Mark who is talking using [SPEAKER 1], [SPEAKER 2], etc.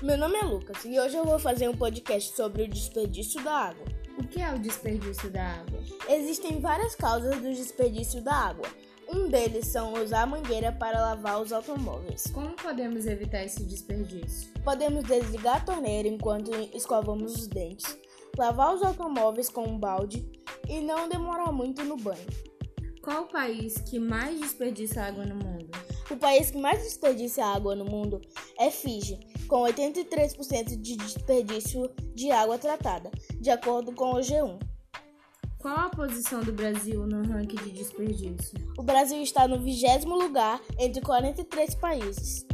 [SPEAKER 1] Meu nome é Lucas e hoje eu vou fazer um podcast sobre o desperdício da água.
[SPEAKER 2] O que é o desperdício da água?
[SPEAKER 1] Existem várias causas do desperdício da água. Um deles são usar a mangueira para lavar os automóveis.
[SPEAKER 2] Como podemos evitar esse desperdício?
[SPEAKER 1] Podemos desligar a torneira enquanto escovamos os dentes, lavar os automóveis com um balde e não demorar muito no banho.
[SPEAKER 2] Qual o país que mais desperdiça água no mundo?
[SPEAKER 1] O país que mais desperdiça água no mundo é Fiji, com 83% de desperdício de água tratada, de acordo com o G1.
[SPEAKER 2] Qual a posição do Brasil no ranking de desperdício?
[SPEAKER 1] O Brasil está no vigésimo lugar entre 43 países.